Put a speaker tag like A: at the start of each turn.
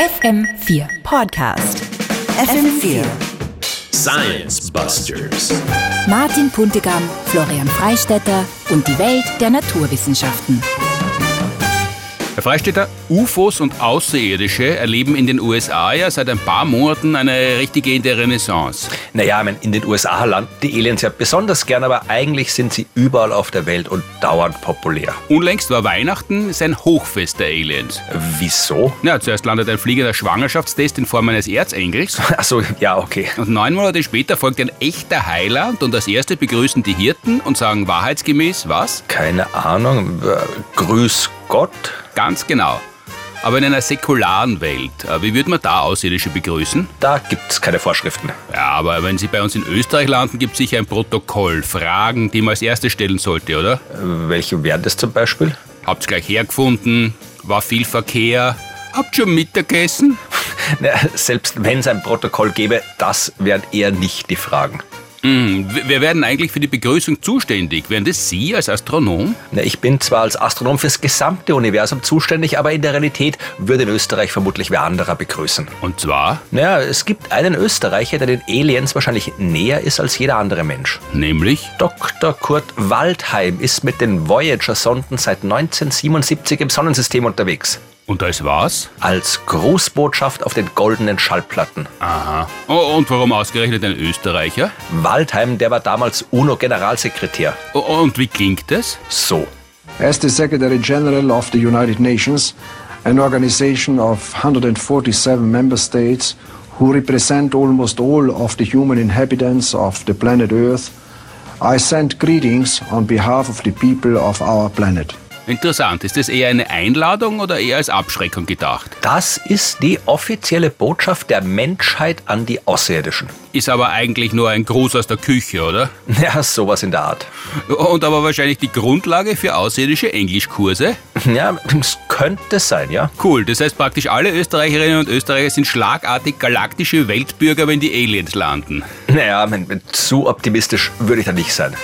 A: FM4 Podcast.
B: FM4.
C: Science Busters.
A: Martin Puntigam, Florian Freistetter und die Welt der Naturwissenschaften.
D: Herr Freistetter, UFOs und Außerirdische erleben in den USA ja seit ein paar Monaten eine richtige Renaissance.
E: Naja, ich mein, in den USA landen die Aliens ja besonders gern, aber eigentlich sind sie überall auf der Welt und dauernd populär.
D: Unlängst war Weihnachten sein Hochfest der Aliens.
E: Wieso?
D: Ja, zuerst landet ein fliegender Schwangerschaftstest in Form eines Erzengels
E: Achso, ja, okay.
D: und neun Monate später folgt ein echter Heiland und als erste begrüßen die Hirten und sagen wahrheitsgemäß was?
E: Keine Ahnung. Äh, Grüß Gott.
D: Ganz genau. Aber in einer säkularen Welt, äh, wie würde man da Außerirdische begrüßen?
E: Da gibt's keine Vorschriften. Äh,
D: Ja, aber wenn Sie bei uns in Österreich landen, gibt es sicher ein Protokoll, Fragen, die man als erste stellen sollte, oder?
E: Äh, Welche wären das zum Beispiel?
D: Habt's gleich hergefunden, war viel Verkehr, habt schon Mittagessen?
E: Na, selbst wenn es ein Protokoll gäbe, das wären eher nicht die Fragen.
D: Hm, w- wer werden eigentlich für die Begrüßung zuständig? Wären das Sie als Astronom?
E: Na, ich bin zwar als Astronom fürs gesamte Universum zuständig, aber in der Realität würde in Österreich vermutlich wer anderer begrüßen.
D: Und zwar,
E: Naja, es gibt einen Österreicher, der den Aliens wahrscheinlich näher ist als jeder andere Mensch.
D: nämlich,
E: Dr. Kurt Waldheim ist mit den Voyager-Sonden seit 1977 im Sonnensystem unterwegs.
D: und als was?
E: Als Grußbotschaft auf den goldenen Schallplatten.
D: Aha. Oh, und warum ausgerechnet ein Österreicher?
E: Waldheim, der war damals UNO-Generalsekretär.
D: Oh, und wie klingt das?
E: So.
F: As the Secretary General of the United Nations, an organization of 147 member states who represent almost all of the human inhabitants of the planet Earth, I send greetings on behalf of the people of our planet.
D: Interessant, ist das eher eine Einladung oder eher als Abschreckung gedacht?
E: Das ist die offizielle Botschaft der Menschheit an die Außerirdischen.
D: Ist aber eigentlich nur ein Gruß aus der Küche, oder?
E: Ja, sowas in der Art.
D: Und aber wahrscheinlich die Grundlage für außerirdische Englischkurse?
E: Ja, es könnte sein, ja.
D: Cool, das heißt praktisch alle Österreicherinnen und Österreicher sind schlagartig galaktische Weltbürger, wenn die Aliens landen.
E: Naja, zu optimistisch würde ich da nicht sein.